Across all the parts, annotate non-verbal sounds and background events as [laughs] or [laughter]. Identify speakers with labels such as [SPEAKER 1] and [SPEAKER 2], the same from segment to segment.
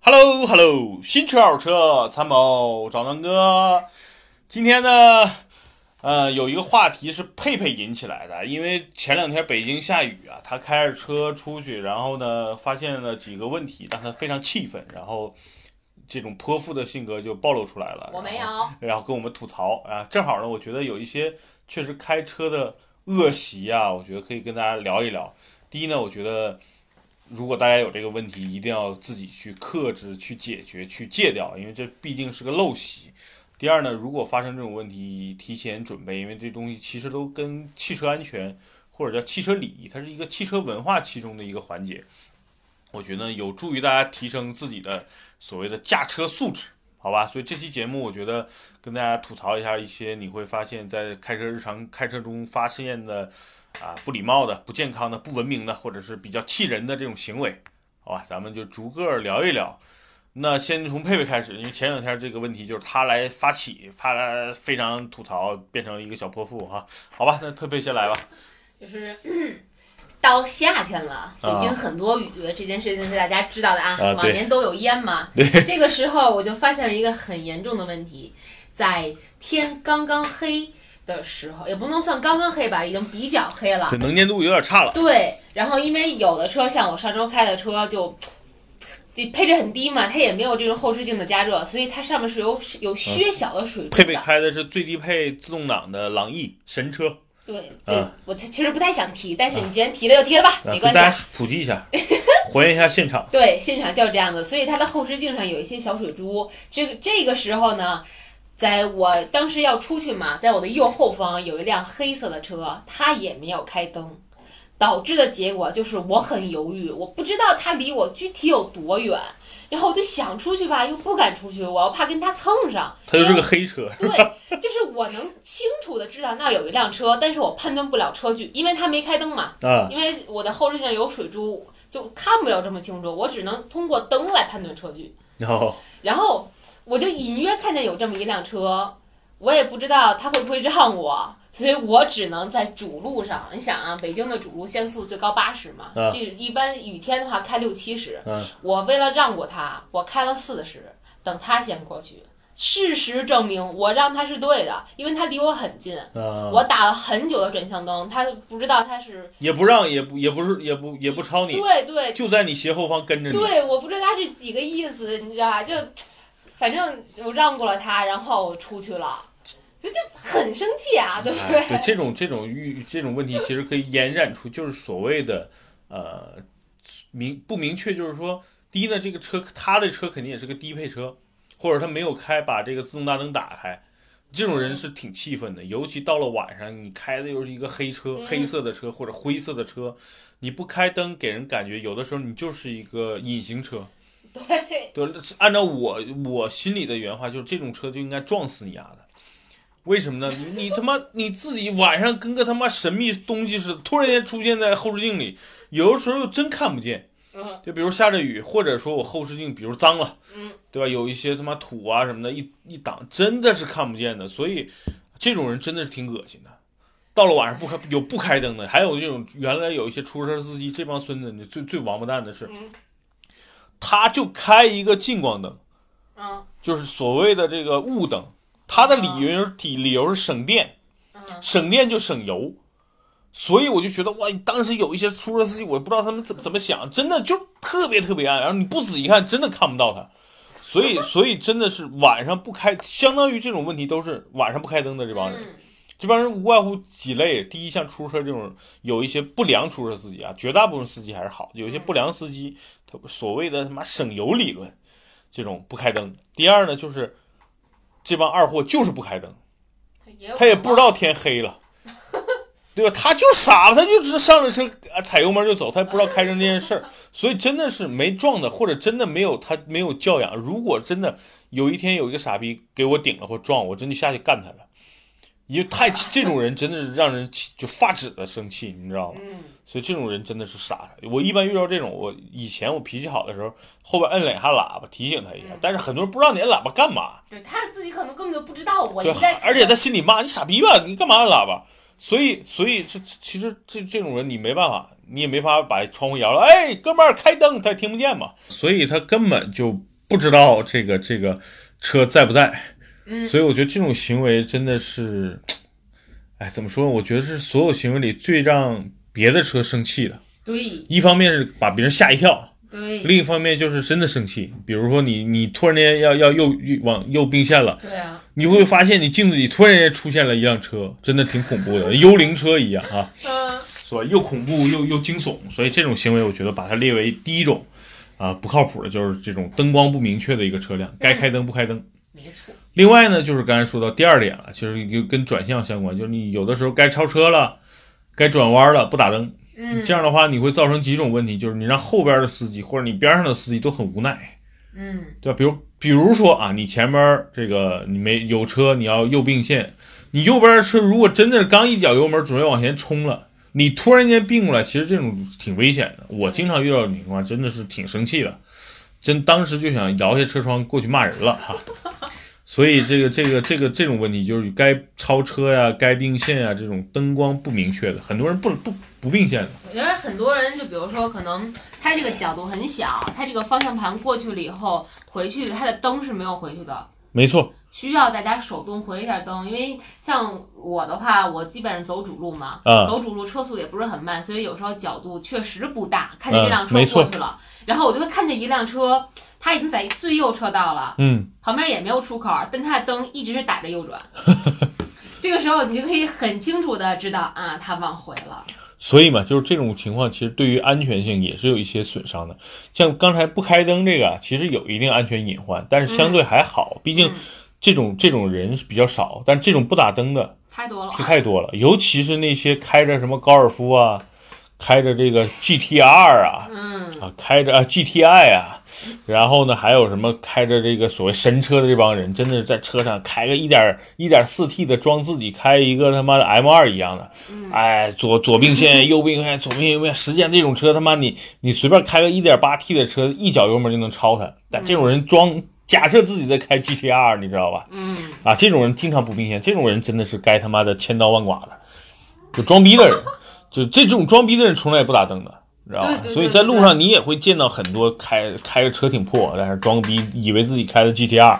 [SPEAKER 1] Hello Hello，新车好车，参谋找南哥。今天呢，呃，有一个话题是佩佩引起来的，因为前两天北京下雨啊，他开着车出去，然后呢，发现了几个问题，让他非常气愤，然后这种泼妇的性格就暴露出来了。
[SPEAKER 2] 我没有
[SPEAKER 1] 然后， [laughs] 然后跟我们吐槽啊。正好呢，我觉得有一些确实开车的恶习啊，我觉得可以跟大家聊一聊。第一呢，我觉得如果大家有这个问题，一定要自己去克制、去解决、去戒掉，因为这毕竟是个陋习。第二呢，如果发生这种问题，提前准备，因为这东西其实都跟汽车安全或者叫汽车礼仪，它是一个汽车文化其中的一个环节。我觉得有助于大家提升自己的所谓的驾车素质，好吧？所以这期节目，我觉得跟大家吐槽一下一些你会发现在开车日常开车中发现的啊不礼貌的、不健康的、不文明的，或者是比较气人的这种行为，好吧？咱们就逐个聊一聊。那先从佩佩开始，因为前两天这个问题就是他来发起，发来非常吐槽，变成一个小泼妇哈，好吧？那佩佩先来吧。
[SPEAKER 2] 就是 [coughs] 到夏天了，北京很多雨，这件事情是大家知道的啊，
[SPEAKER 1] 啊对
[SPEAKER 2] 往年都有淹嘛。 [laughs] 这个时候我就发现了一个很严重的问题，在天刚刚黑的时候，也不能算刚刚黑吧，已经比较黑了
[SPEAKER 1] 这。能见度有点差了，
[SPEAKER 2] 对，然后因为有的车像我上周开的车就。就配置很低嘛，它也没有这种后视镜的加热，所以它上面是有
[SPEAKER 1] 嗯
[SPEAKER 2] 有削小的水珠的。
[SPEAKER 1] 佩佩开的是最低配自动挡的朗逸神车，
[SPEAKER 2] 对，这、
[SPEAKER 1] 啊
[SPEAKER 2] 我其实不太想提，但是你既然提了就提了吧，
[SPEAKER 1] 啊
[SPEAKER 2] 没
[SPEAKER 1] 跟
[SPEAKER 2] 关系。
[SPEAKER 1] 大家普及一
[SPEAKER 2] [laughs]
[SPEAKER 1] 下，还原一下现场。
[SPEAKER 2] 对，现场就是这样子，所以它的后视镜上有一些小水珠。这个这个时候呢，在我当时要出去嘛，在我的右后方有一辆黑色的车，它也没有开灯，导致的结果就是我很犹豫，我不知道它离我具体有多远，然后我就想出去吧，又不敢出去，我又怕跟它蹭上。
[SPEAKER 1] 它就是个黑车，
[SPEAKER 2] 对，就是我能清楚的知道那有一辆车，但是我判断不了车距，因为它没开灯嘛。
[SPEAKER 1] 啊，
[SPEAKER 2] 因为我的后视镜有水珠，就看不了这么清楚，我只能通过灯来判断车距。
[SPEAKER 1] 然后
[SPEAKER 2] 然后我就隐约看见有这么一辆车，我也不知道它会不会让我，所以我只能在主路上。你想啊，北京的主路限速最高八十嘛，
[SPEAKER 1] 嗯
[SPEAKER 2] 这一般雨天的话开六七十。
[SPEAKER 1] 嗯
[SPEAKER 2] 我为了让过他，我开了四十，等他先过去。事实证明，我让他是对的，因为他离我很近。
[SPEAKER 1] 啊，
[SPEAKER 2] 我打了很久的转向灯，他不知道他是
[SPEAKER 1] 也不让，也不也不是也不也不超你，
[SPEAKER 2] 对对
[SPEAKER 1] 就在你斜后方跟着你。
[SPEAKER 2] 对，我不知道他是几个意思，你知道吧？就反正我让过了他，然后我出去了，就就很生气啊，对不对？
[SPEAKER 1] 哎，对这种这种遇这种问题，其实可以延展出就是所谓的呃明不明确，就是说，第一呢，这个车他的车肯定也是个低配车，或者他没有开把这个自动大灯打开，这种人是挺气愤的。尤其到了晚上，你开的又是一个黑车、黑色的车或者灰色的车，你不开灯，给人感觉有的时候你就是一个隐形车。
[SPEAKER 2] [laughs] 对
[SPEAKER 1] 对，按照我我心里的原话，就是这种车就应该撞死你丫的。为什么呢？你你他妈你自己晚上跟个他妈神秘东西似的，突然间出现在后视镜里，有的时候又真看不见。
[SPEAKER 2] 嗯，
[SPEAKER 1] 就比如下着雨，或者说我后视镜比如脏了，
[SPEAKER 2] 嗯，
[SPEAKER 1] 对吧？有一些他妈土啊什么的，一一挡真的是看不见的。所以这种人真的是挺恶心的。到了晚上不开有不开灯的，还有这种原来有一些出租车司机这帮孙子，你最最王八蛋的是，
[SPEAKER 2] 嗯
[SPEAKER 1] 他就开一个近光灯。
[SPEAKER 2] 嗯
[SPEAKER 1] 就是所谓的这个雾灯，它的理由理理由是省电，
[SPEAKER 2] 嗯
[SPEAKER 1] 省电就省油，所以我就觉得哇，当时有一些出租车司机，我不知道他们怎么怎么想，真的就特别特别暗，然后你不仔细看，真的看不到它。所以，所以真的是晚上不开，相当于这种问题都是晚上不开灯的这帮人，
[SPEAKER 2] 嗯，
[SPEAKER 1] 这帮人无外乎几类。第一，像出租车这种有一些不良出租车司机啊，绝大部分司机还是好，有一些不良司机，他所谓的他妈省油理论，这种不开灯。第二呢，就是这帮二货就是不开灯，
[SPEAKER 2] 有
[SPEAKER 1] 他也
[SPEAKER 2] 可
[SPEAKER 1] 不知
[SPEAKER 2] 能
[SPEAKER 1] 道天黑了，对吧？他就傻了，他就只上了车啊踩油门就走，他也不知道开灯这件事儿。所以真的是没撞的，或者真的没有他没有教养。如果真的有一天有一个傻逼给我顶了或撞我，我真就下去干他了。因为太这种人真的是让人气就发指的生气，你知道吗？
[SPEAKER 2] 嗯
[SPEAKER 1] 所以这种人真的是傻的。我一般遇到这种，我以前我脾气好的时候，后边摁两下喇叭提醒他一
[SPEAKER 2] 嗯
[SPEAKER 1] 下，但是很多人不知道你摁喇叭干嘛，
[SPEAKER 2] 对他自己可能根本就不知道我
[SPEAKER 1] 对
[SPEAKER 2] 应该，，
[SPEAKER 1] 而且他心里骂你傻逼吧，你干嘛按喇叭？所以，所以这其实这这种人你没办法，你也没法把窗户摇了。哎，哥们儿，开灯，他也听不见嘛。所以他根本就不不知道这个这个车在不在，
[SPEAKER 2] 嗯
[SPEAKER 1] 所以我觉得这种行为真的是，哎，怎么说？我觉得是所有行为里最让别的车生气的。
[SPEAKER 2] 对
[SPEAKER 1] 一方面是把别人吓一跳，
[SPEAKER 2] 对
[SPEAKER 1] 另一方面就是真的生气。比如说你你突然间要要右右往右并线了，
[SPEAKER 2] 对啊，
[SPEAKER 1] 你会发现你镜子里突然间出现了一辆车，真的挺恐怖的，幽灵车一样啊。
[SPEAKER 2] 嗯，
[SPEAKER 1] 是吧？又恐怖又又惊悚，所以这种行为我觉得把它列为第一种，啊、不靠谱的就是这种灯光不明确的一个车辆，该开灯不开灯。
[SPEAKER 2] 没错，
[SPEAKER 1] 另外呢，就是刚才说到第二点了，其实就跟转向相关，就是你有的时候该超车了，该转弯了不打灯，
[SPEAKER 2] 嗯
[SPEAKER 1] 这样的话你会造成几种问题，就是你让后边的司机或者你边上的司机都很无奈。
[SPEAKER 2] 嗯
[SPEAKER 1] 对吧？比如比如说啊，你前面儿这个你没有车，你要右并线，你右边儿车如果真的是刚一脚油门准备往前冲了，你突然间并过来，其实这种挺危险的。我经常遇到这种情况，真的是挺生气的，真当时就想摇下车窗过去骂人了哈。所以这个这个这个这种问题就是该超车呀、该并线呀，这种灯光不明确的，很多人不不不并线的。
[SPEAKER 2] 我觉得很多人就比如说，可能他这个角度很小，他这个方向盘过去了以后，回去他的灯是没有回去的，
[SPEAKER 1] 没错，
[SPEAKER 2] 需要大家手动回一下灯，因为像我的话，我基本上走主路嘛，
[SPEAKER 1] 啊
[SPEAKER 2] 走主路车速也不是很慢，所以有时候角度确实不大，看见
[SPEAKER 1] 嗯
[SPEAKER 2] 这辆车
[SPEAKER 1] 没错
[SPEAKER 2] 过去了，然后我就会看见一辆车，它已经在最右车道了，
[SPEAKER 1] 嗯，
[SPEAKER 2] 旁边也没有出口，但它的灯一直是打着右
[SPEAKER 1] [laughs]
[SPEAKER 2] 转。这个时候你就可以很清楚的知道啊，它往回了。
[SPEAKER 1] 所以嘛，就是这种情况，其实对于安全性也是有一些损伤的。像刚才不开灯这个啊，其实有一定安全隐患，但是相对还好，毕竟
[SPEAKER 2] 嗯
[SPEAKER 1] 这种这种人是比较少，但这种不打灯的
[SPEAKER 2] 太多了，
[SPEAKER 1] 是太多了，尤其是那些开着什么高尔夫啊，开着这个 GTR 啊。
[SPEAKER 2] 嗯，
[SPEAKER 1] 啊，开着啊 GTI 啊，然后呢，还有什么开着这个所谓神车的这帮人，真的是在车上开个一点一点四 T 的，装自己开一个他妈的 M 二一样的，
[SPEAKER 2] 嗯
[SPEAKER 1] 哎，左左并线，右并线，左并线，右并线，实际上这种车他妈你你随便开个一点八 T 的车，一脚油门就能超它，但这种人装假设自己在开 GTR，你知道吧？
[SPEAKER 2] 嗯，
[SPEAKER 1] 啊，这种人经常不并线，这种人真的是该他妈的千刀万剐的，就装逼
[SPEAKER 2] [laughs]
[SPEAKER 1] 的人，就这种装逼的人从来也不打灯的，知道吧？
[SPEAKER 2] 对对对
[SPEAKER 1] 所以在路上你也会见到很多开开着车挺破，但是装逼以为自己开的 GTR，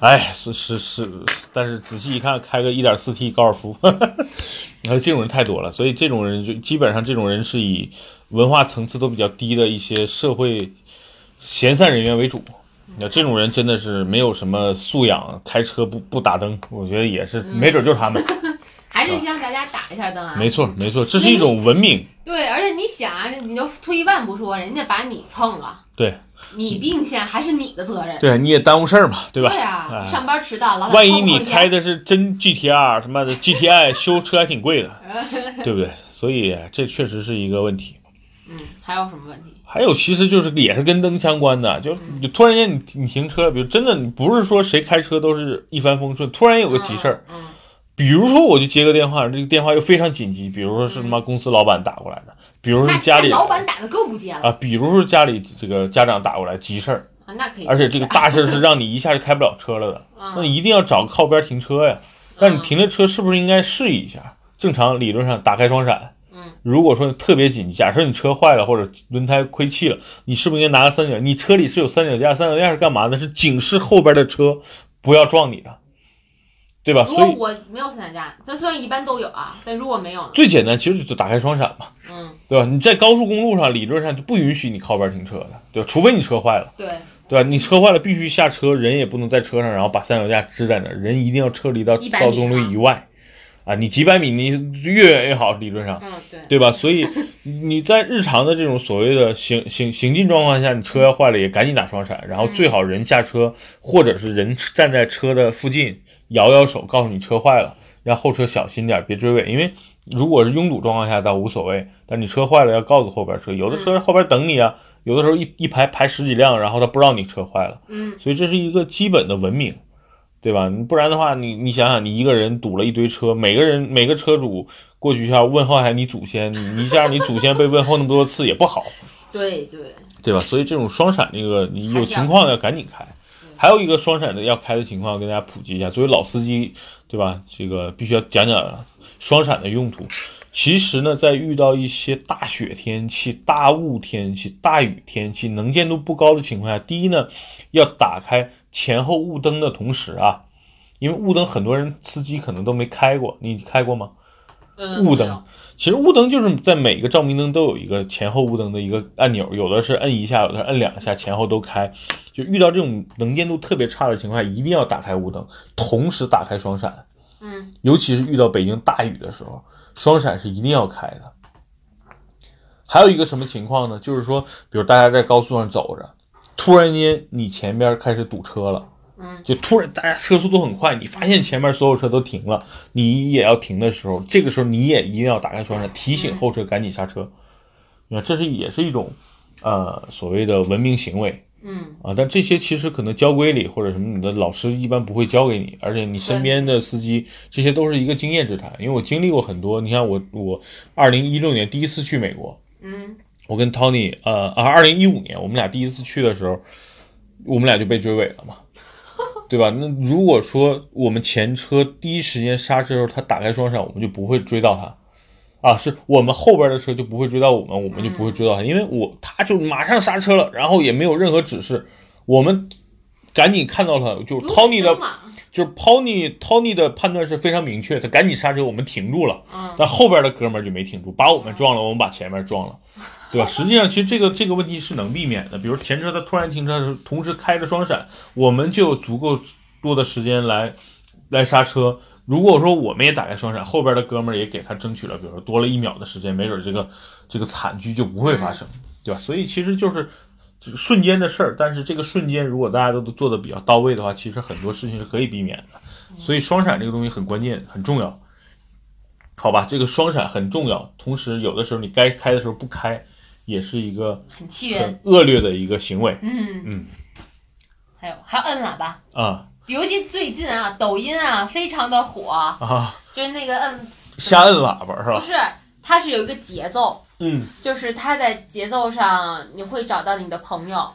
[SPEAKER 1] 哎，是是是，但是仔细一看，开个 1.4T 高尔夫， [laughs] 然后这种人太多了，所以这种人就基本上这种人是以文化层次都比较低的一些社会闲散人员为主。那这种人真的是没有什么素养，开车不不打灯，我觉得也是，没准就是他
[SPEAKER 2] 嗯
[SPEAKER 1] 们。
[SPEAKER 2] 还是先让大家打一下灯啊。
[SPEAKER 1] 没错，没错，这是一种文明。
[SPEAKER 2] 对，而且你想啊，你就退一万步说，人家把你蹭了，
[SPEAKER 1] 对
[SPEAKER 2] 你并线还是你的责任。
[SPEAKER 1] 对，你也耽误事儿嘛，对吧？
[SPEAKER 2] 对啊，
[SPEAKER 1] 哎
[SPEAKER 2] 上班迟到，老板
[SPEAKER 1] 万一
[SPEAKER 2] 碰
[SPEAKER 1] 你
[SPEAKER 2] 碰下
[SPEAKER 1] 开的是真 GTR，他妈的 GTI 修车还挺贵
[SPEAKER 2] [laughs]
[SPEAKER 1] 的，对不对？所以这确实是一个问题。
[SPEAKER 2] 嗯，还有什么问题？
[SPEAKER 1] 还有，其实就是也是跟灯相关的，就是你突然间你你停车了，比如真的你不是说谁开车都是一帆风顺，突然有个急事儿，
[SPEAKER 2] 嗯，嗯，
[SPEAKER 1] 比如说我就接个电话，这个电话又非常紧急，比如说是他妈公司老板打过来的，比如
[SPEAKER 2] 嗯
[SPEAKER 1] 说
[SPEAKER 2] 那
[SPEAKER 1] 是家里
[SPEAKER 2] 那老板打的更不接了，
[SPEAKER 1] 啊，比如说家里这个家长打过来急事儿，
[SPEAKER 2] 啊那可以。
[SPEAKER 1] 而且这个大事儿是让你一下就开不了车了的，
[SPEAKER 2] 嗯，
[SPEAKER 1] 那你一定要找个靠边停车呀。但你停的车是不是应该试一下？正常理论上打开双闪。
[SPEAKER 2] 嗯，
[SPEAKER 1] 如果说特别紧急，假设你车坏了或者轮胎亏气了，你是不是应该拿个三脚？你车里是有三脚架，三脚架是干嘛的？是警示后边的车不要撞你的，对吧？
[SPEAKER 2] 如
[SPEAKER 1] 啊所
[SPEAKER 2] 果
[SPEAKER 1] 以
[SPEAKER 2] 我没有三脚架，这虽然一般都有啊，但如果没有呢？
[SPEAKER 1] 最简单其实就打开双闪嘛，
[SPEAKER 2] 嗯，
[SPEAKER 1] 对吧？你在高速公路上理论上就不允许你靠边停车的，对吧？除非你车坏了。
[SPEAKER 2] 对，
[SPEAKER 1] 对吧？你车坏了必须下车，人也不能在车上，然后把三脚架支在那儿，人一定要撤离到
[SPEAKER 2] 100米
[SPEAKER 1] 高速公路以外。啊，你几百米，你越远越好，理论上，
[SPEAKER 2] 嗯对，
[SPEAKER 1] 对吧？所以你在日常的这种所谓的行行行进状况下，你车要坏了也赶紧打双闪，然后最好人下车，或者是人站在车的附近摇摇手，告诉你车坏了，让后车小心点儿，别追尾。因为如果是拥堵状况下倒无所谓，但你车坏了要告诉后边车，有的车后边等你啊，有的时候一一排排十几辆，然后他不知道你车坏了。
[SPEAKER 2] 嗯
[SPEAKER 1] 所以这是一个基本的文明，对吧？你不然的话，你你想想，你一个人堵了一堆车，每个人每个车主过去一下问候一下你祖先， [laughs] 你一下你祖先被问候那么多次也不好，
[SPEAKER 2] 对对，
[SPEAKER 1] 对吧？所以这种双闪这个，你有情况要赶紧开。还有一个双闪的要开的情况，跟大家普及一下。作为老司机，对吧？这个必须要讲讲双闪的用途。其实呢，在遇到一些大雪天气、大雾天气、大雨天气，能见度不高的情况下，第一呢，要打开前后雾灯的同时啊，因为雾灯很多人司机可能都没开过，你开过吗？
[SPEAKER 2] 嗯，
[SPEAKER 1] 雾
[SPEAKER 2] 没有
[SPEAKER 1] 灯，其实雾灯就是在每个照明灯都有一个前后雾灯的一个按钮，有的是摁一下，有的是摁两下，前后都开。就遇到这种能见度特别差的情况下，一定要打开雾灯，同时打开双闪。
[SPEAKER 2] 嗯，
[SPEAKER 1] 尤其是遇到北京大雨的时候，双闪是一定要开的。还有一个什么情况呢？就是说，比如大家在高速上走着，突然间你前边开始堵车了，
[SPEAKER 2] 嗯，
[SPEAKER 1] 就突然大家车速都很快，你发现前面所有车都停了，你也要停的时候，这个时候你也一定要打开双闪，提醒后车赶紧下车。你看，这是也是一种，呃，所谓的文明行为。
[SPEAKER 2] 嗯
[SPEAKER 1] 啊，但这些其实可能交规里或者什么，你的老师一般不会教给你，而且你身边的司机，这些都是一个经验之谈。因为我经历过很多，你看我我二零一六年第一次去美国，
[SPEAKER 2] 嗯
[SPEAKER 1] 我跟 Tony 呃啊二零一五年我们俩第一次去的时候，我们俩就被追尾了嘛，对吧？那如果说我们前车第一时间刹车的时候他打开双闪，我们就不会追到他。啊，是我们后边的车就不会追到我们，我们就不会追到他，因为我他就马上刹车了，然后也没有任何指示，我们赶紧看到他，就是 Tony 的
[SPEAKER 2] 有，嘛
[SPEAKER 1] 就是 Tony Tony 的判断是非常明确，他赶紧刹车，我们停住了，
[SPEAKER 2] 嗯
[SPEAKER 1] 但后边的哥们儿就没停住，把我们撞了，我们把前面撞了，对吧？实际上，其实这个这个问题是能避免的，比如前车他突然停车的时候，同时开着双闪，我们就有足够多的时间来来刹车。如果说我们也打开双闪，后边的哥们儿也给他争取了，比如说多了一秒的时间，没准这个这个惨剧就不会发生，对吧？所以其实就是就是瞬间的事儿，但是这个瞬间如果大家都做的比较到位的话，其实很多事情是可以避免的。所以双闪这个东西很关键，很重要。好吧，这个双闪很重要，同时有的时候你该开的时候不开，也是一个
[SPEAKER 2] 很气人，
[SPEAKER 1] 很恶劣的一个行为
[SPEAKER 2] 嗯
[SPEAKER 1] 嗯，
[SPEAKER 2] 还有还有摁喇叭，
[SPEAKER 1] 啊
[SPEAKER 2] 尤其最近啊，抖音啊非常的火，
[SPEAKER 1] 啊！
[SPEAKER 2] 就是那个摁
[SPEAKER 1] 瞎摁喇叭是
[SPEAKER 2] 不
[SPEAKER 1] 吧？
[SPEAKER 2] 是，它是有一个节奏，
[SPEAKER 1] 嗯，
[SPEAKER 2] 就是它在节奏上你会找到你的朋友，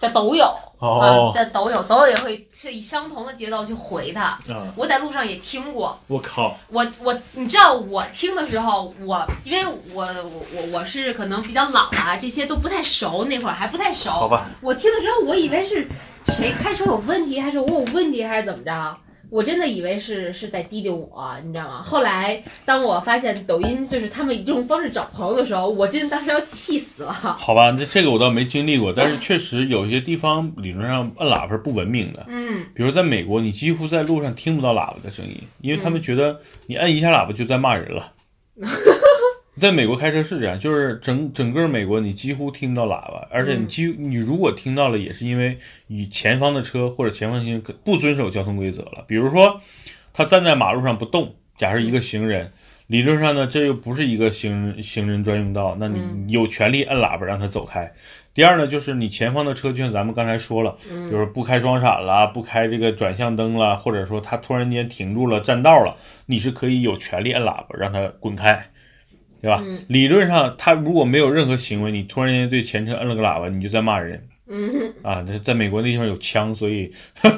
[SPEAKER 2] 叫抖友。啊，
[SPEAKER 1] 哦
[SPEAKER 2] 在抖友，抖友也会是以相同的节奏去回他。
[SPEAKER 1] 啊，
[SPEAKER 2] 我在路上也听过，
[SPEAKER 1] 我靠，
[SPEAKER 2] 我我你知道我听的时候，我因为我我我我是可能比较老啊，这些都不太熟，那会儿还不太
[SPEAKER 1] 好
[SPEAKER 2] 熟。
[SPEAKER 1] 吧，
[SPEAKER 2] 我听的时候，我以为是谁开车有问题，还是我有问题，还是怎么着？我真的以为是是在滴滴我，你知道吗？后来当我发现抖音就是他们以这种方式找朋友的时候，我真的当时要气死了。
[SPEAKER 1] 好吧，这这个我倒没经历过，但是确实有些地方理论上按喇叭是不文明的，
[SPEAKER 2] 嗯，
[SPEAKER 1] 比如在美国，你几乎在路上听不到喇叭的声音，因为他们觉得你摁一下喇叭就在骂人了。在美国开车是这样，就是整整个美国你几乎听不到喇叭，而且你几你如果听到了，也是因为你前方的车或者前方行人不遵守交通规则了。比如说，他站在马路上不动，假设一个行人，理论上呢这又不是一个行人行人专用道，那
[SPEAKER 2] 嗯
[SPEAKER 1] 你有权利摁喇叭让他走开。第二呢，就是你前方的车，就像咱们刚才说了，
[SPEAKER 2] 嗯
[SPEAKER 1] 比如不开双闪啦，不开这个转向灯啦，或者说他突然间停住了占道了，你是可以有权利按喇叭让他滚开，对吧？
[SPEAKER 2] 嗯
[SPEAKER 1] 理论上他如果没有任何行为，你突然间对前车摁了个喇叭，你就在骂人
[SPEAKER 2] 嗯，
[SPEAKER 1] 啊！这在美国那地方有枪，所以
[SPEAKER 2] 所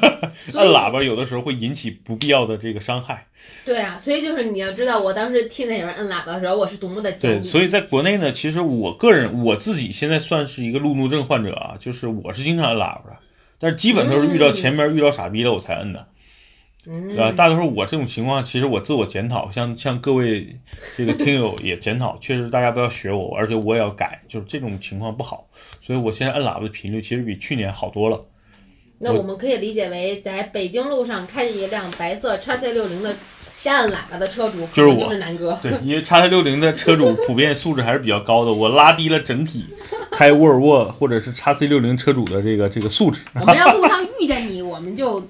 [SPEAKER 1] 按
[SPEAKER 2] 以
[SPEAKER 1] 喇叭有的时候会引起不必要的这个伤害。
[SPEAKER 2] 对啊，所以就是你要知道，我当时听那有人摁喇叭的时候，我是多么的焦
[SPEAKER 1] 对，
[SPEAKER 2] 虑。
[SPEAKER 1] 所以在国内呢，其实我个人我自己现在算是一个路怒症患者啊，就是我是经常按喇叭的，但是基本都是遇到前面遇到傻逼了我才摁的。
[SPEAKER 2] 嗯，
[SPEAKER 1] 呃，大多数我这种情况，其实我自我检讨，像像各位这个听 [laughs] 友也检讨，确实大家不要学我，而且我也要改，就是这种情况不好，所以我现在按喇叭的频率其实比去年好多了。
[SPEAKER 2] 那
[SPEAKER 1] 我
[SPEAKER 2] 我们可以理解为，在北京路上看见一辆白色叉 C 六零的瞎按喇叭的车主，
[SPEAKER 1] 就是我
[SPEAKER 2] 可能就是南哥。
[SPEAKER 1] 对，因为叉 T 六零的车主普遍素质还是比较高的，我拉低了整体开沃尔沃或者是叉 C 六零车主的这个这个素质，
[SPEAKER 2] 我们要路上遇见你，我们就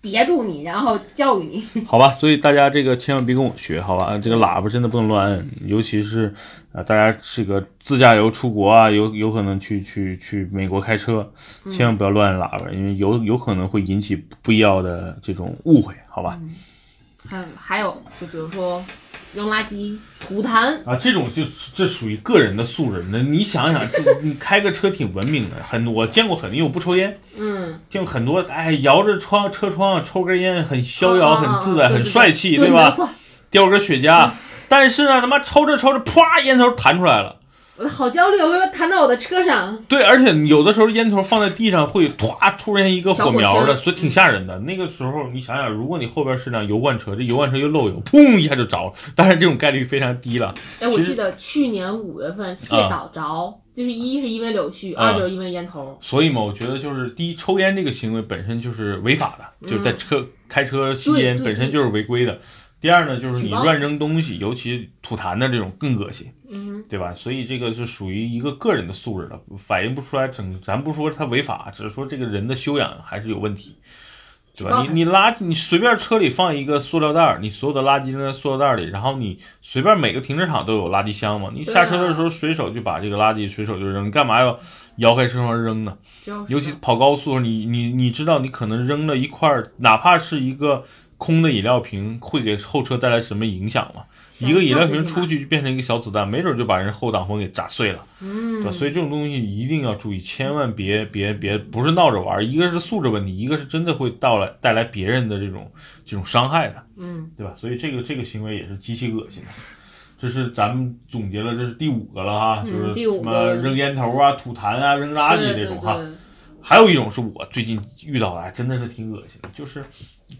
[SPEAKER 2] 别住你，然后教育你。
[SPEAKER 1] 好吧？所以大家这个千万别跟我学，好吧？这个喇叭真的不能乱摁，尤其是啊、呃大家这个自驾游出国啊，有有可能去去去美国开车，千万不要乱按喇叭，因为有有可能会引起不必要的这种误会，好吧？
[SPEAKER 2] 嗯还有还有，就比如说扔垃圾、吐痰，
[SPEAKER 1] 啊，这种就这属于个人的素质。那你想想，这你开个车挺文明的，很我见过很多，因为我不抽烟，
[SPEAKER 2] 嗯，
[SPEAKER 1] 见过很多哎摇着窗车窗抽根烟，很逍遥、
[SPEAKER 2] 啊
[SPEAKER 1] 很自在、
[SPEAKER 2] 对
[SPEAKER 1] 很
[SPEAKER 2] 对
[SPEAKER 1] 帅气，
[SPEAKER 2] 对
[SPEAKER 1] 吧？
[SPEAKER 2] 没错，
[SPEAKER 1] 叼根雪茄，啊但是呢，他妈抽着抽着，啪，烟头弹出来了。
[SPEAKER 2] 我好焦虑，为什么弹到我的车上？
[SPEAKER 1] 对，而且有的时候烟头放在地上会唰突然一个
[SPEAKER 2] 小
[SPEAKER 1] 火
[SPEAKER 2] 火
[SPEAKER 1] 苗的，
[SPEAKER 2] 星
[SPEAKER 1] 所以挺吓人的。那个时候你想想，如果你后边是辆油罐车，这油罐车又漏油，砰一下就着了，当然这种概率非常低了。
[SPEAKER 2] 哎，我
[SPEAKER 1] 其实
[SPEAKER 2] 记得去年五月份谢导着，就是一是因为柳絮，
[SPEAKER 1] 啊
[SPEAKER 2] 二就是因为烟头。
[SPEAKER 1] 所以嘛，我觉得就是第一，抽烟这个行为本身就是违法的，
[SPEAKER 2] 嗯
[SPEAKER 1] 就是在车开车吸
[SPEAKER 2] 对
[SPEAKER 1] 烟
[SPEAKER 2] 对
[SPEAKER 1] 本身就是违规的。第二呢，就是你
[SPEAKER 2] 举报
[SPEAKER 1] 乱扔东西，尤其吐痰的这种更恶心。
[SPEAKER 2] 嗯，
[SPEAKER 1] 对吧？所以这个是属于一个个人的素质了，反映不出来整。咱不说他违法，只是说这个人的修养还是有问题，对吧？
[SPEAKER 2] 报
[SPEAKER 1] 你
[SPEAKER 2] 他
[SPEAKER 1] 你垃圾，你随便车里放一个塑料袋儿，你所有的垃圾扔在塑料袋儿里，然后你随便每个停车场都有垃圾箱嘛，你
[SPEAKER 2] 对
[SPEAKER 1] 下
[SPEAKER 2] 啊
[SPEAKER 1] 车的时候随手就把这个垃圾随手就扔，你干嘛要摇开车窗扔呢？
[SPEAKER 2] 就是
[SPEAKER 1] 尤其跑高速，你你你知道，你可能扔了一块儿，哪怕是一个空的饮料瓶，会给后车带来什么影响吗？
[SPEAKER 2] 像
[SPEAKER 1] 一个饮料
[SPEAKER 2] 放
[SPEAKER 1] 瓶
[SPEAKER 2] 进去
[SPEAKER 1] 出去就变成一个小子弹，没准就把人后挡风给砸碎了，对吧？
[SPEAKER 2] 嗯，
[SPEAKER 1] 所以这种东西一定要注意，千万别别别，不是闹着玩儿，一个是素质问题，一个是真的会到来带来别人的这种这种伤害的。
[SPEAKER 2] 嗯，
[SPEAKER 1] 对吧？所以这个这个行为也是极其恶心的。这是咱们总结了，这是第五个了哈，
[SPEAKER 2] 嗯
[SPEAKER 1] 就是
[SPEAKER 2] 第
[SPEAKER 1] 什
[SPEAKER 2] 五
[SPEAKER 1] 么
[SPEAKER 2] 个
[SPEAKER 1] 扔烟头啊、吐痰啊、扔垃圾这
[SPEAKER 2] 对对
[SPEAKER 1] 种哈。
[SPEAKER 2] 对，
[SPEAKER 1] 还有一种是我最近遇到的，哎真的是挺恶心的，就是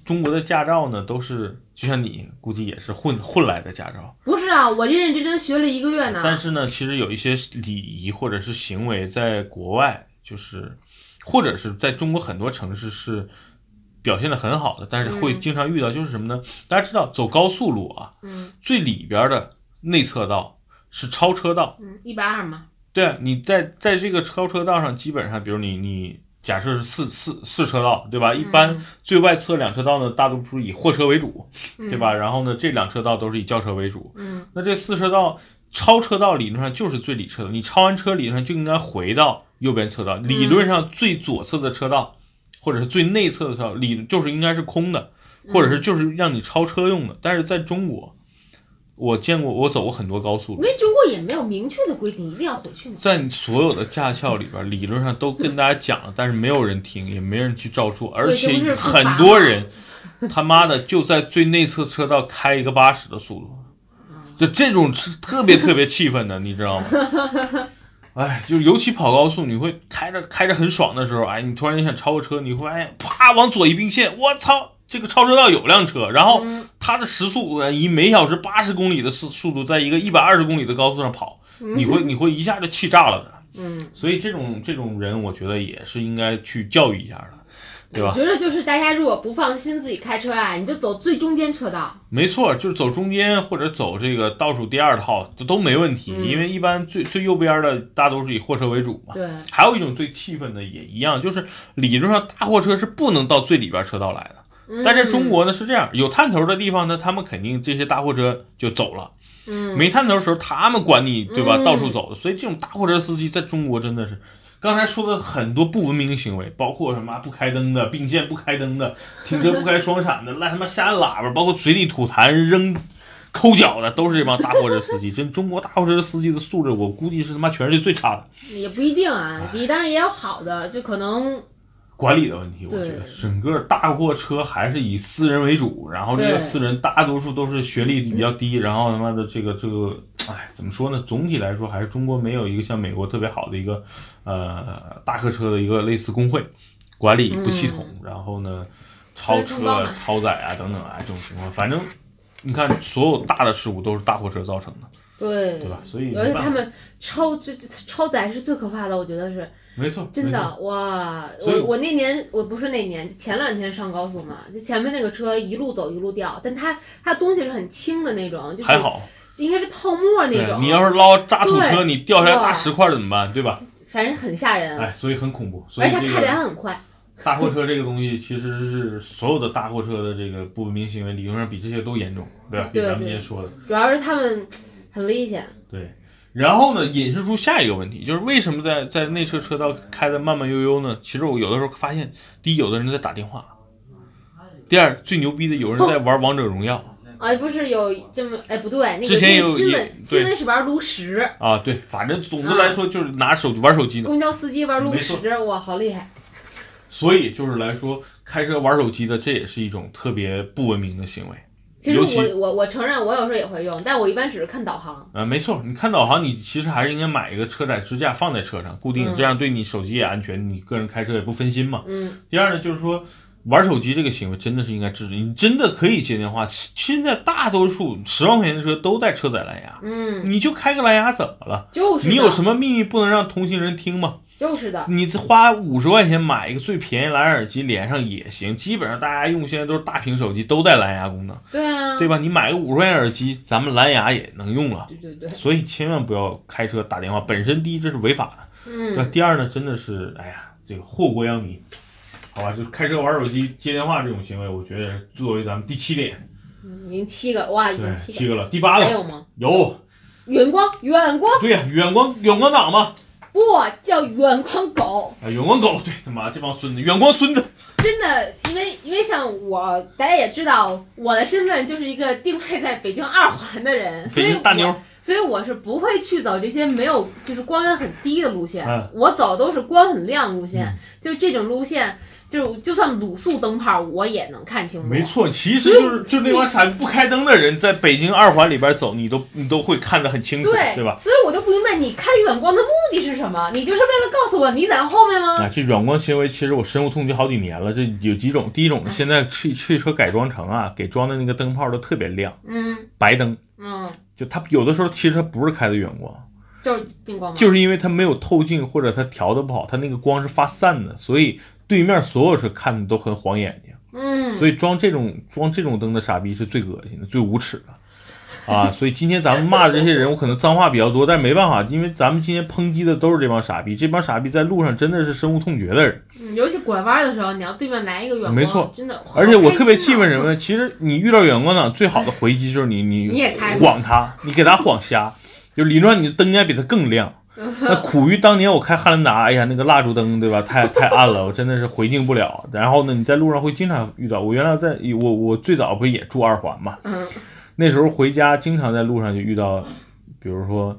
[SPEAKER 1] 中国的驾照呢，都是就像你估计也是混混来的驾照，
[SPEAKER 2] 不是啊，我认认真真学了一个月呢。
[SPEAKER 1] 但是呢，其实有一些礼仪或者是行为，在国外就是，或者是在中国很多城市是表现的很好的，但是会
[SPEAKER 2] 嗯
[SPEAKER 1] 经常遇到就是什么呢？大家知道走高速路啊，
[SPEAKER 2] 嗯
[SPEAKER 1] 最里边的内侧道是超车道，
[SPEAKER 2] 嗯，一百二嘛，
[SPEAKER 1] 对啊，你在在这个超车道上，基本上，比如你你假设是四四四车道，对吧？一般最外侧两车道呢，大多数以货车为主，
[SPEAKER 2] 嗯
[SPEAKER 1] 对？吧？然后呢，这两车道都是以轿车为主。
[SPEAKER 2] 嗯，
[SPEAKER 1] 那这四车道超车道理论上就是最里侧的，你超完车理论上就应该回到右边车道，理论上最左侧的车道，或者是最内侧的车道，理就是应该是空的，或者是就是让你超车用的。但是在中国，我见过，我走过很多高速
[SPEAKER 2] 因，为中国也没有明确的规定一定要回去嘛。
[SPEAKER 1] 在所有的驾校里边，理论上都跟大家讲了，但是没有人听，也没人去照做，而
[SPEAKER 2] 对这
[SPEAKER 1] 且
[SPEAKER 2] 不是
[SPEAKER 1] 很
[SPEAKER 2] 不罚
[SPEAKER 1] 多
[SPEAKER 2] 吗
[SPEAKER 1] 人他妈的就在最内侧车道开一个八十的速度，
[SPEAKER 2] 嗯
[SPEAKER 1] 就这种是特别特别气愤的，你知道吗？哎，就尤其跑高速，你会开着开着很爽的时候，哎，你突然间想超个车，你会发现啪往左一并线，我操！这个超车道有辆车，然后
[SPEAKER 2] 嗯
[SPEAKER 1] 它的时速呃以每小时八十公里的速速度，在一个一百二十公里的高速上跑，你
[SPEAKER 2] [laughs]
[SPEAKER 1] 会你会一下就气炸了的。
[SPEAKER 2] 嗯，
[SPEAKER 1] 所以这种这种人，我觉得也是应该去教育一下的，对
[SPEAKER 2] 我
[SPEAKER 1] 吧？
[SPEAKER 2] 觉得就是大家如果不放心自己开车啊，你就走最中间车道。
[SPEAKER 1] 没错，就是走中间或者走这个倒数第二套，这都没问题，
[SPEAKER 2] 嗯
[SPEAKER 1] 因为一般最最右边的大都是以货车为主嘛。
[SPEAKER 2] 对，
[SPEAKER 1] 还有一种最气愤的也一样，就是理论上大货车是不能到最里边车道来的。
[SPEAKER 2] 嗯
[SPEAKER 1] 但是中国呢是这样，有探头的地方呢，他们肯定这些大货车就走了；
[SPEAKER 2] 嗯，嗯
[SPEAKER 1] 没探头的时候，他们管你对吧？
[SPEAKER 2] 嗯
[SPEAKER 1] 到处走的，所以这种大货车司机在中国真的是，刚才说的很多不文明的行为，包括什么不开灯的、并线不开灯的、停车不开双闪的、赖他妈瞎按喇叭，包括嘴里吐痰、扔抠脚的，都是这帮大货车司机。真中国大货车司机的素质，我估计是他妈全世界最差的。
[SPEAKER 2] 也不一定啊，
[SPEAKER 1] 哎
[SPEAKER 2] 也当然也有好的，就可能
[SPEAKER 1] 管理的问题，我
[SPEAKER 2] 对
[SPEAKER 1] 觉得整个大货车还是以私人为主，然后这个
[SPEAKER 2] 对
[SPEAKER 1] 私人大多数都是学历比较低，然后他妈的这个这个，哎，怎么说呢？总体来说，还是中国没有一个像美国特别好的一个呃大客车的一个类似工会，管理不系统，然后呢超
[SPEAKER 2] 嗯私人
[SPEAKER 1] 车
[SPEAKER 2] 承包
[SPEAKER 1] 啊
[SPEAKER 2] 嘛、
[SPEAKER 1] 超载啊等等啊这种情况，反正你看所有大的事故都是大货车造成的，
[SPEAKER 2] 对
[SPEAKER 1] 对吧？所以
[SPEAKER 2] 而且
[SPEAKER 1] 没
[SPEAKER 2] 他
[SPEAKER 1] 办法，
[SPEAKER 2] 们超最超载是最可怕的，我觉得是
[SPEAKER 1] 没错，
[SPEAKER 2] 真
[SPEAKER 1] 没错
[SPEAKER 2] 的哇！
[SPEAKER 1] 所以
[SPEAKER 2] 我我那年我不是那年，就前两天上高速嘛，就前面那个车一路走一路掉，但它它东西是很轻的那种，就是
[SPEAKER 1] 还好。
[SPEAKER 2] 应该是泡沫那
[SPEAKER 1] 对
[SPEAKER 2] 种，
[SPEAKER 1] 你要是捞渣土车，
[SPEAKER 2] 对
[SPEAKER 1] 你掉下来大
[SPEAKER 2] 哇
[SPEAKER 1] 石块怎么办？对吧？
[SPEAKER 2] 反正很吓人，
[SPEAKER 1] 哎，所以很恐怖。所
[SPEAKER 2] 嗯而
[SPEAKER 1] 以
[SPEAKER 2] 且它
[SPEAKER 1] 这
[SPEAKER 2] 开的
[SPEAKER 1] 个
[SPEAKER 2] 还很快，
[SPEAKER 1] 大货车这个东西，其实是所有的大货车的这个不文明行为，理论上比这些都严重，对吧？比
[SPEAKER 2] 对
[SPEAKER 1] 咱们今
[SPEAKER 2] 对
[SPEAKER 1] 天说的
[SPEAKER 2] 主要是他们很危险，
[SPEAKER 1] 对。然后呢，引申出下一个问题，就是为什么在在内侧车道开的慢慢悠悠呢？其实我有的时候发现，第一，有的人在打电话；第二，最牛逼的，有人在玩王者荣耀
[SPEAKER 2] 啊，不是有这么哎不对，那
[SPEAKER 1] 之
[SPEAKER 2] 个
[SPEAKER 1] 前
[SPEAKER 2] 那
[SPEAKER 1] 有
[SPEAKER 2] 个新
[SPEAKER 1] 也
[SPEAKER 2] 闻
[SPEAKER 1] 对
[SPEAKER 2] 新闻是玩炉石，
[SPEAKER 1] 啊。对，反正总的来说就是拿手玩手机的。
[SPEAKER 2] 公交司机玩炉
[SPEAKER 1] 嗯没错
[SPEAKER 2] 石，哇，好厉害！
[SPEAKER 1] 所以就是来说，开车玩手机的，这也是一种特别不文明的行为。
[SPEAKER 2] 其实
[SPEAKER 1] 尤其
[SPEAKER 2] 我我我承认，我有时候也会用，但我一般只是看导航。
[SPEAKER 1] 呃，没错，你看导航，你其实还是应该买一个车载支架放在车上固定，
[SPEAKER 2] 嗯
[SPEAKER 1] 这样对你手机也安全，你个人开车也不分心嘛。
[SPEAKER 2] 嗯，
[SPEAKER 1] 第二呢，就是说玩手机这个行为真的是应该制止，你真的可以接电话。现在大多数十万块钱的车都带车载蓝牙，
[SPEAKER 2] 嗯，
[SPEAKER 1] 你就开个蓝牙怎么了？
[SPEAKER 2] 就是
[SPEAKER 1] 你有什
[SPEAKER 2] 么？
[SPEAKER 1] 么秘密不能让同行人听吗？
[SPEAKER 2] 就是的，
[SPEAKER 1] 你花五十块钱买一个最便宜蓝牙耳机连上也行，基本上大家用现在都是大屏手机都带蓝牙功能，
[SPEAKER 2] 对啊，
[SPEAKER 1] 对吧？你买个五十块钱耳机，咱们蓝牙也能用了。
[SPEAKER 2] 对对对，
[SPEAKER 1] 所以千万不要开车打电话，本身第一这是违法的，那、
[SPEAKER 2] 嗯，
[SPEAKER 1] 第二呢，真的是哎呀，这个祸国殃民，好吧，就是开车玩手机接电话这种行为，我觉得作为咱们第七点，
[SPEAKER 2] 嗯已经七个哇，已
[SPEAKER 1] 对
[SPEAKER 2] 经，七哎
[SPEAKER 1] 七
[SPEAKER 2] 个，
[SPEAKER 1] 个了，第八
[SPEAKER 2] 还
[SPEAKER 1] 个
[SPEAKER 2] 有吗？
[SPEAKER 1] 有，
[SPEAKER 2] 远光，远光
[SPEAKER 1] 对呀、远光远光党嘛，
[SPEAKER 2] 不叫远光狗。
[SPEAKER 1] 啊，远光狗，对他妈这帮孙子，远光孙子，
[SPEAKER 2] 真的，因为因为像我，大家也知道，我的身份就是一个定位在北京二环的人，所
[SPEAKER 1] 北
[SPEAKER 2] 以
[SPEAKER 1] 京大妞
[SPEAKER 2] 我，所以我是不会去走这些没有就是光源很低的路线，
[SPEAKER 1] 嗯
[SPEAKER 2] 我走都是光很亮路线，就这种路线，就就算卤素灯泡我也能看清楚。
[SPEAKER 1] 没错，其实就是就是那帮傻逼不开灯的人，在北京二环里边走，你都你都会看得很清楚，
[SPEAKER 2] 对，
[SPEAKER 1] 对吧？
[SPEAKER 2] 所以我就不明白你开远光的目的是什么？你就是为了告诉我你在后面吗？
[SPEAKER 1] 啊，这软光纤维其实我深恶痛绝好几年了。这有几种，第一种，现在汽汽车改装成啊，给装的那个灯泡都特别亮，
[SPEAKER 2] 嗯
[SPEAKER 1] 白灯，
[SPEAKER 2] 嗯，
[SPEAKER 1] 就它有的时候其实它不是开的远光，
[SPEAKER 2] 就是近光吗？
[SPEAKER 1] 就是因为它没有透镜或者它调的不好，它那个光是发散的，所以对面所有车看的都很晃眼睛。
[SPEAKER 2] 嗯，
[SPEAKER 1] 所以装这种装这种灯的傻逼是最恶心的、最无耻的啊！所以今天咱们骂的这些人，我可能脏话比较多，但是没办法，因为咱们今天抨击的都是这帮傻逼，这帮傻逼在路上真的是深恶痛绝的人。
[SPEAKER 2] 嗯尤其拐弯的时候，你要对面来一个远光，
[SPEAKER 1] 没错
[SPEAKER 2] 真的。
[SPEAKER 1] 而且我
[SPEAKER 2] 好开心啊
[SPEAKER 1] 特别气愤什么呢？其实你遇到远光党，最好的回击就是你你
[SPEAKER 2] 你也开
[SPEAKER 1] 晃他，你给他晃瞎，就理论上你的灯应该比他更亮。那苦于当年我开汉兰达，哎呀，那个蜡烛灯，对吧？太太暗了，我真的是回敬不了。然后呢，你在路上会经常遇到。我原来在我我最早不是也住二环嘛，
[SPEAKER 2] 嗯
[SPEAKER 1] 那时候回家经常在路上就遇到，比如说，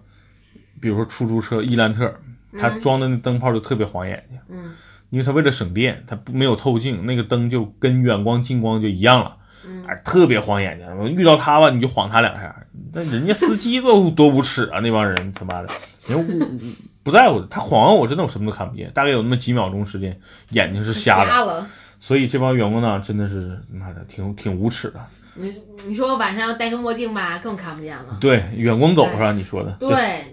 [SPEAKER 1] 比如说出租车伊兰特，它装的那灯泡就特别晃眼睛。
[SPEAKER 2] 嗯
[SPEAKER 1] 因为它为了省电，它不没有透镜，那个灯就跟远光、近光就一样了，
[SPEAKER 2] 嗯
[SPEAKER 1] 哎，特别晃眼睛。遇到它吧，你就晃它两下，那人家司机
[SPEAKER 2] [laughs]
[SPEAKER 1] 多多无耻啊！那帮人他妈的，人家不不在乎，他晃啊完我真的我什么都看不见，大概有那么几秒钟时间，眼睛是瞎的。
[SPEAKER 2] 了。
[SPEAKER 1] 所以这帮员工党真的是妈的挺挺无耻的。
[SPEAKER 2] 你你说我晚上要戴个墨镜吧，更看不见了。
[SPEAKER 1] 对，远光狗是吧？你说的。啊
[SPEAKER 2] 对，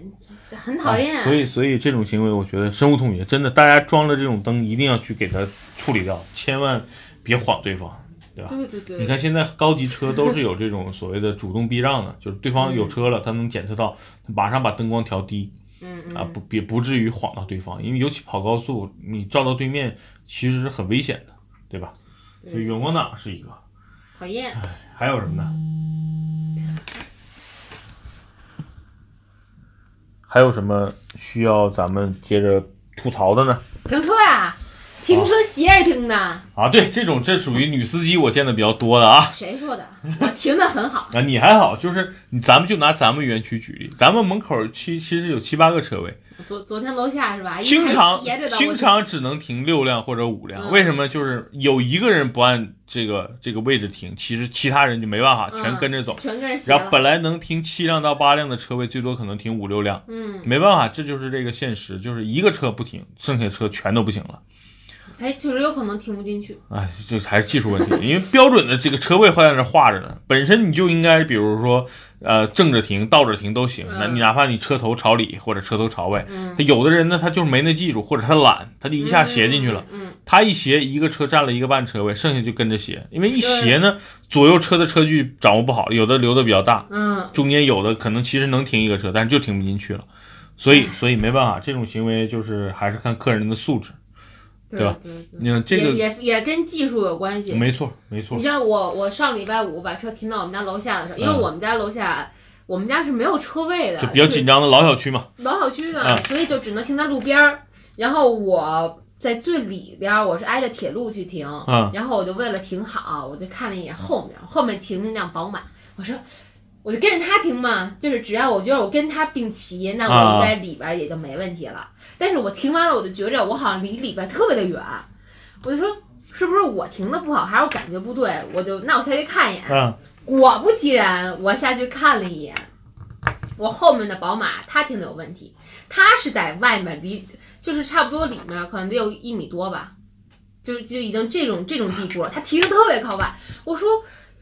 [SPEAKER 2] 很讨厌。
[SPEAKER 1] 所以，所以这种行为，我觉得深恶痛绝。真的，大家装了这种灯，一定要去给它处理掉，千万别晃对方。
[SPEAKER 2] 对对对，
[SPEAKER 1] 你看现在高级车都是有这种所谓的主动避让的，就是对方有车了，他能检测到，他马上把灯光调低
[SPEAKER 2] 嗯嗯
[SPEAKER 1] 啊，不别不至于晃到对方，因为尤其跑高速，你照到对面其实是很危险的，对吧？
[SPEAKER 2] 对
[SPEAKER 1] 所以远光党是一个，
[SPEAKER 2] 嗯讨厌。
[SPEAKER 1] 还有什么呢？还有什么需要咱们接着吐槽的呢？
[SPEAKER 2] 停车呀，停车斜着停的，
[SPEAKER 1] 啊，对，这种这属于女司机我见的比较多的啊。
[SPEAKER 2] 谁说的？我停的很好。
[SPEAKER 1] 啊，你还好，就是你，咱们就拿咱们园区举例，咱们门口其其实有七八个车位，
[SPEAKER 2] 昨昨天楼下是吧？啊一
[SPEAKER 1] 经
[SPEAKER 2] 排
[SPEAKER 1] 常
[SPEAKER 2] 斜着的，嗯
[SPEAKER 1] 经常只能停六辆或者五辆，为什么？就是有一个人不按这个这个位置停，其实其他人就没办法，
[SPEAKER 2] 我就
[SPEAKER 1] 全跟着走
[SPEAKER 2] 嗯。全跟着斜
[SPEAKER 1] 然后
[SPEAKER 2] 了。
[SPEAKER 1] 本来能停七辆到八辆的车位，最多可能停五六辆，
[SPEAKER 2] 嗯，
[SPEAKER 1] 没办法，这就是这个现实，就是一个车不停，剩下的车全都不行了。
[SPEAKER 2] 哎，确实有可能停不进去。
[SPEAKER 1] 哎，这还是技术问题，因为标准的这个车位还在那画着呢，本身你就应该，比如说，呃，正着停、倒着停都行。那
[SPEAKER 2] 嗯
[SPEAKER 1] 你哪怕你车头朝里或者车头朝外，
[SPEAKER 2] 嗯，
[SPEAKER 1] 他有的人呢，他就是没那技术，或者他懒，他就一下斜进去了。
[SPEAKER 2] 嗯。嗯，
[SPEAKER 1] 他一斜，一个车占了一个半车位，剩下就跟着斜，因为一斜呢，左右车的车距掌握不好，有的留的比较大，
[SPEAKER 2] 嗯，
[SPEAKER 1] 中间有的可能其实能停一个车，但是就停不进去了。所以，所以没办法，这种行为就是还是看个人的素质。
[SPEAKER 2] 对
[SPEAKER 1] 对吧
[SPEAKER 2] 对对，
[SPEAKER 1] 你看这个，
[SPEAKER 2] 也也也跟技术有关系。
[SPEAKER 1] 没错，没错
[SPEAKER 2] 你。像我，我上礼拜五把车停到我们家楼下的时候，因为
[SPEAKER 1] 嗯
[SPEAKER 2] 我们家楼下，我们家是没有车位的，
[SPEAKER 1] 就比较紧，张的老小区嘛，
[SPEAKER 2] 老小区的，
[SPEAKER 1] 嗯
[SPEAKER 2] 所以就只能停在路边儿。然后我在最里边儿，我是挨着铁路去停，
[SPEAKER 1] 嗯
[SPEAKER 2] 然后我就为了停好，我就看了一眼后面，后面停着辆宝马，我说。我就跟着他停嘛，就是只要我觉得我跟他并齐，那我应该里边儿也就没问题了。但是我停完了，我就觉着我好像离里边儿特别的远，我就说是不是我停的不好，还是我感觉不对？我就那我才去看一眼，
[SPEAKER 1] 嗯，
[SPEAKER 2] 果不其然，我下去看了一眼，我后面的宝马它停的有问题，它是在外面离，就是差不多里面可能得有一米多吧，就就已经这种这种地步了，它停的特别靠外。我说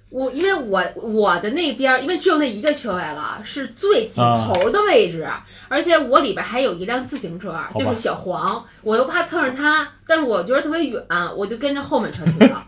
[SPEAKER 2] 我因为我我的那边儿因为只有那一个车位了，是最紧头的位置，而且我里边还有一辆自行车，
[SPEAKER 1] 吧
[SPEAKER 2] 就是小黄，我又怕蹭上它，但是我觉得特别远，我就跟着后面车停了。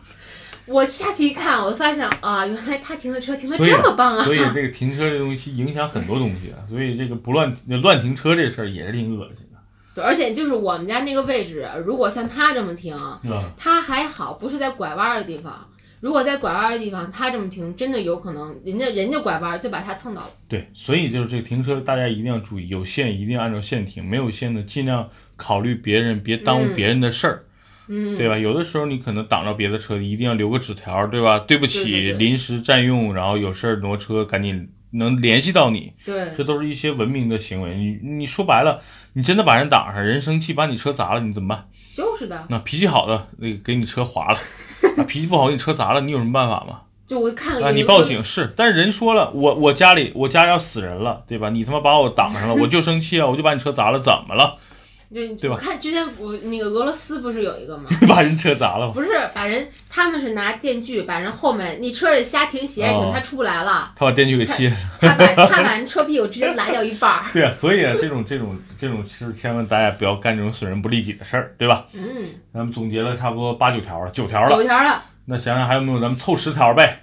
[SPEAKER 2] 我下去一看，我就发现啊，原来他停的车停的
[SPEAKER 1] 所以
[SPEAKER 2] 这么棒啊！
[SPEAKER 1] 所以这个停车这东西影响很多东西啊，所以这个不乱乱停车这事儿也是挺恶心的。
[SPEAKER 2] 对，而且就是我们家那个位置，如果像他这么停，
[SPEAKER 1] 嗯，
[SPEAKER 2] 他还好，不是在拐弯儿的地方。如果在拐弯儿的地方，他这么停，真的有可能人家人家拐弯儿就把他蹭到了。
[SPEAKER 1] 对，所以就是这个停车大家一定要注意，有线一定按照线停，没有线的尽量考虑别人，别耽误
[SPEAKER 2] 嗯
[SPEAKER 1] 别人的事儿。
[SPEAKER 2] 嗯，
[SPEAKER 1] 对吧？有的时候你可能挡着别的车，一定要留个纸条，对吧？对不起，
[SPEAKER 2] 对对对
[SPEAKER 1] 临时占用，然后有事儿挪车，赶紧能联系到你，
[SPEAKER 2] 对
[SPEAKER 1] 这都是一些文明的行为。你你说白了，你真的把人挡上，人生气把你车砸了，你怎么办？
[SPEAKER 2] 就是的。
[SPEAKER 1] 那脾气好的那个给你车划了，啊，脾气不好给你车砸了，你有什么办法吗？
[SPEAKER 2] 就我看
[SPEAKER 1] 啊，
[SPEAKER 2] 有一
[SPEAKER 1] 你
[SPEAKER 2] 个
[SPEAKER 1] 报警是，但是人说了，我我家里我家要死人了，对吧？你他妈把我挡上了，我就生气啊，我就把你车砸了，怎么了？ [laughs]
[SPEAKER 2] 就
[SPEAKER 1] 对吧
[SPEAKER 2] 我看之前我那个俄罗斯不是有一个吗？ [laughs]
[SPEAKER 1] 把人车砸了吗？
[SPEAKER 2] 不是把人，他们是拿电锯把人后面，你车是瞎停斜着
[SPEAKER 1] 哦
[SPEAKER 2] 停，他出不来了，
[SPEAKER 1] 他把电锯给卸了。
[SPEAKER 2] 他把他把人车屁股直接拉掉一半儿。
[SPEAKER 1] [laughs] 对啊，所以啊，这种这种这种事，千万大家不要干这种损人不利己的事儿，对吧？
[SPEAKER 2] 嗯，
[SPEAKER 1] 咱们总结了差不多八九条了，九条了，
[SPEAKER 2] 九条了，
[SPEAKER 1] 那想想还有没有？咱们凑十条呗。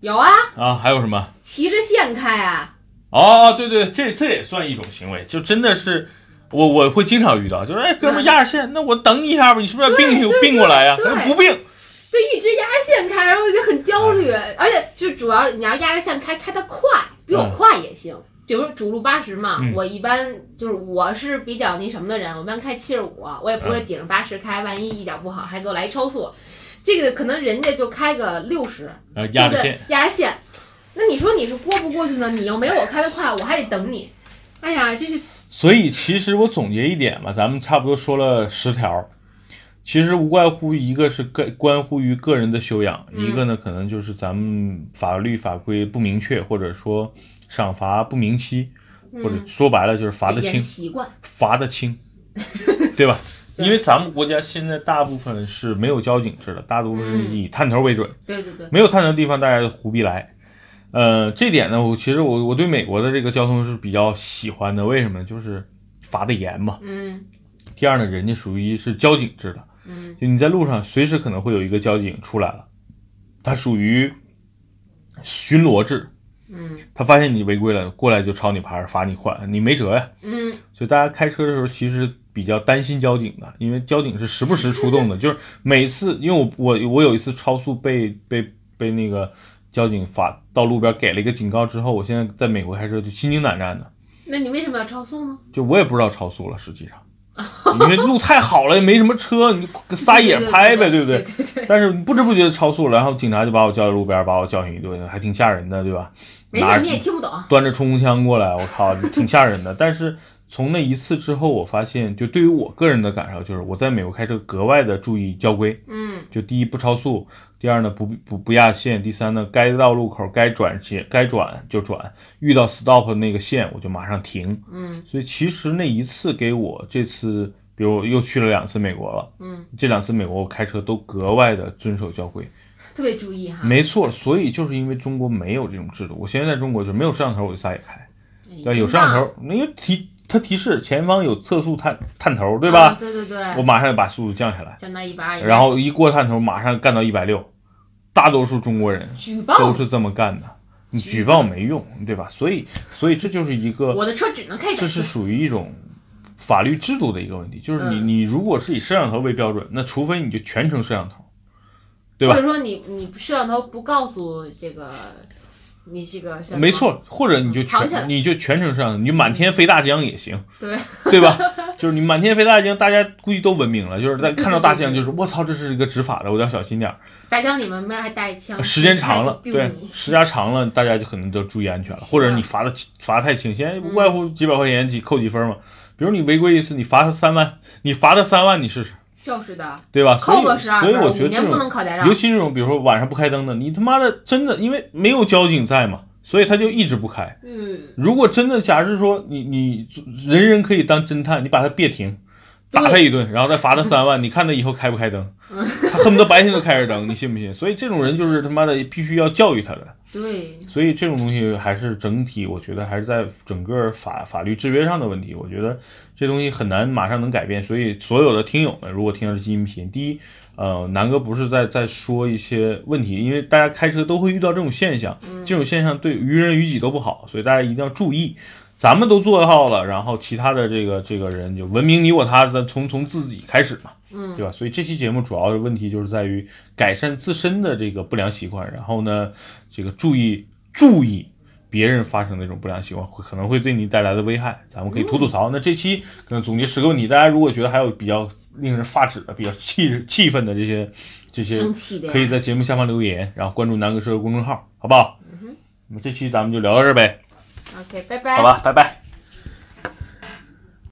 [SPEAKER 2] 有啊，
[SPEAKER 1] 啊，还有什么？
[SPEAKER 2] 骑着线开啊，
[SPEAKER 1] 哦，对对，这这也算一种行为，就真的是我我会经常遇到，就是哎，哥们儿
[SPEAKER 2] 嗯
[SPEAKER 1] 压着线，那我等你一下吧，你是不是要并
[SPEAKER 2] 对对
[SPEAKER 1] 并过来呀、
[SPEAKER 2] 对
[SPEAKER 1] 他说不并，
[SPEAKER 2] 就一直压着线开，然后我就很焦虑，而且就主要你要压着线开，开得快，比我快也行。比如主路八十嘛，
[SPEAKER 1] 嗯
[SPEAKER 2] 嗯我一般就是我是比较那什么的人，我一般开七十五，我也不会顶着八十开，万一一脚不好还给我来一超速，这个可能人家就开个六十，
[SPEAKER 1] 然呃后压着
[SPEAKER 2] 就是
[SPEAKER 1] 线，
[SPEAKER 2] 压着线。那你说你是过不过去呢？你又没有我开得快，我还得等你。哎呀，这是
[SPEAKER 1] 所以其实我总结一点吧，咱们差不多说了十条，其实无外乎一个是个关乎于个人的修养，
[SPEAKER 2] 嗯
[SPEAKER 1] 一个呢可能就是咱们法律法规不明确，或者说赏罚不明晰，或者
[SPEAKER 2] 嗯，
[SPEAKER 1] 说白了就是罚得
[SPEAKER 2] 这也
[SPEAKER 1] 轻
[SPEAKER 2] 是，习惯。
[SPEAKER 1] 罚得
[SPEAKER 2] [laughs]
[SPEAKER 1] 轻，对吧？
[SPEAKER 2] 对
[SPEAKER 1] 因为咱们国家现在大部分是没有交警制的，大多数是
[SPEAKER 2] 嗯
[SPEAKER 1] 以探头为准，
[SPEAKER 2] 对对对，
[SPEAKER 1] 没有探头的地方大家就胡逼来。呃，这点呢，我其实我我对美国的这个交通是比较喜欢的，为什么呢？就是罚的严嘛。
[SPEAKER 2] 嗯
[SPEAKER 1] 第二呢，人家属于是交警制的，
[SPEAKER 2] 嗯
[SPEAKER 1] 就你在路上随时可能会有一个交警出来了，他属于巡逻制，
[SPEAKER 2] 嗯
[SPEAKER 1] 他发现你违规了，过来就抄你牌儿罚你款，你没辙呀。
[SPEAKER 2] 嗯，
[SPEAKER 1] 所以大家开车的时候其实比较担心交警的，因为交警是时不时出动的，就是每次，因为我我我有一次超速被被被那个交警罚到路边给了一个警告之后，我现在在美国开车就心惊胆战的，
[SPEAKER 2] 那你为什么要超速呢？
[SPEAKER 1] 就我也不知道超速了，实际上。 [laughs] 因为路太好了，也没什么车，你撒野拍呗，对不对？
[SPEAKER 2] 对对，
[SPEAKER 1] 但是不知不觉超速了，然后警察就把我叫到路边，把我教训一顿，还挺吓人的，对吧？
[SPEAKER 2] 没
[SPEAKER 1] 拿
[SPEAKER 2] 准你也听不懂。
[SPEAKER 1] 端着冲锋枪过来，我靠， [laughs] 挺吓人的。但是从那一次之后，我发现，就对于我个人的感受，就是我在美国开车格外的注意交规。
[SPEAKER 2] 嗯
[SPEAKER 1] 就第一不超速，第二呢不不不压线，第三呢该到路口该转线该转就转，遇到 stop 那个线我就马上停。
[SPEAKER 2] 嗯
[SPEAKER 1] 所以其实那一次给我这次，比如我又去了两次美国了，
[SPEAKER 2] 嗯，
[SPEAKER 1] 这两次美国我开车都格外的遵守交规。
[SPEAKER 2] 特别注意哈。
[SPEAKER 1] 没错，所以就是因为中国没有这种制度，我现在在中国就没有摄像头我就撒野开。对，有摄
[SPEAKER 2] 啊
[SPEAKER 1] 像头，那因为提它提示前方有测速探探头，对
[SPEAKER 2] 啊
[SPEAKER 1] 吧？
[SPEAKER 2] 对对对，哎
[SPEAKER 1] 我马上就把速度降下来，
[SPEAKER 2] 降到一百二，
[SPEAKER 1] 然后一过探头马上干到一百六。大多数中国人
[SPEAKER 2] 举报
[SPEAKER 1] 都是这么干的，你举报没用，对吧？所以，所以这就是一个，
[SPEAKER 2] 我的车只能开
[SPEAKER 1] 这
[SPEAKER 2] 两
[SPEAKER 1] 是
[SPEAKER 2] 次。
[SPEAKER 1] 属于一种法律制度的一个问题，就是你
[SPEAKER 2] 嗯
[SPEAKER 1] 你如果是以摄像头为标准，那除非你就全程摄像头，对吧
[SPEAKER 2] 或者说你你摄像头不告诉这个你这个叫什么
[SPEAKER 1] 没，错，或者你就
[SPEAKER 2] 藏起来
[SPEAKER 1] 全你就全程摄像头，你就满天飞大江也行，
[SPEAKER 2] 对
[SPEAKER 1] [laughs] 对吧？就是你满天飞大江，大家估计都文明了，就是在看到大江就是我操，这是一个执法的，我要小心点儿。
[SPEAKER 2] 大疆里面没人还带着枪，
[SPEAKER 1] 时间长了，
[SPEAKER 2] 开
[SPEAKER 1] 对
[SPEAKER 2] 个 biu 你，
[SPEAKER 1] 时间长了，大家就可能都注意安全了，
[SPEAKER 2] 是啊嗯
[SPEAKER 1] 或者你罚的罚得太轻，现在无外乎几百块钱几扣几分嘛。比如你违规一次，你罚他三万，你罚他三万，你试试，
[SPEAKER 2] 就是的，
[SPEAKER 1] 对吧？所以
[SPEAKER 2] 扣个十二
[SPEAKER 1] 所以
[SPEAKER 2] 分，
[SPEAKER 1] 我
[SPEAKER 2] 五
[SPEAKER 1] 觉得这
[SPEAKER 2] 年不
[SPEAKER 1] 种
[SPEAKER 2] 能考驾
[SPEAKER 1] 尤
[SPEAKER 2] 照。
[SPEAKER 1] 其这种，比如说晚上不开灯的，你他妈的真的，因为没有交警在嘛，所以他就一直不开。
[SPEAKER 3] 嗯，
[SPEAKER 1] 如果真的，假如说你你人人可以当侦探，你把他别停，
[SPEAKER 2] 对
[SPEAKER 1] 打他一顿，然后再罚他三万，你看他以后开不开灯？他恨不得白天都开着灯，你信不信？所以这种人就是他妈的必须要教育他的。
[SPEAKER 2] 对，
[SPEAKER 1] 所以这种东西还是整体，我觉得还是在整个法法律制约上的问题。我觉得这东西很难马上能改变。所以所有的听友们，如果听到这期音频，第一，呃，南哥不是在在说一些问题，因为大家开车都会遇到这种现象，这种现象对于人于己都不好，所以大家一定要注意。咱们都做到了，然后其他的这个这个人就文明你我他，咱从从自己开始嘛，
[SPEAKER 2] 嗯
[SPEAKER 1] 对吧？所以这期节目主要的问题就是在于改善自身的这个不良习惯，然后呢，这个注意注意别人发生的这种不良习惯，会可能会对你带来的危害，咱们可以吐吐槽。那这期可能总结十个问题，大家如果觉得还有比较令人发指的、比较气气愤的这些这些
[SPEAKER 2] 嗯生气的呀
[SPEAKER 1] 可以在节目下方留言，然后关注南哥社的公众号，好不好？那么这期咱们就聊到这儿呗，
[SPEAKER 2] 嗯 OK，拜拜
[SPEAKER 1] 好。吧，拜拜。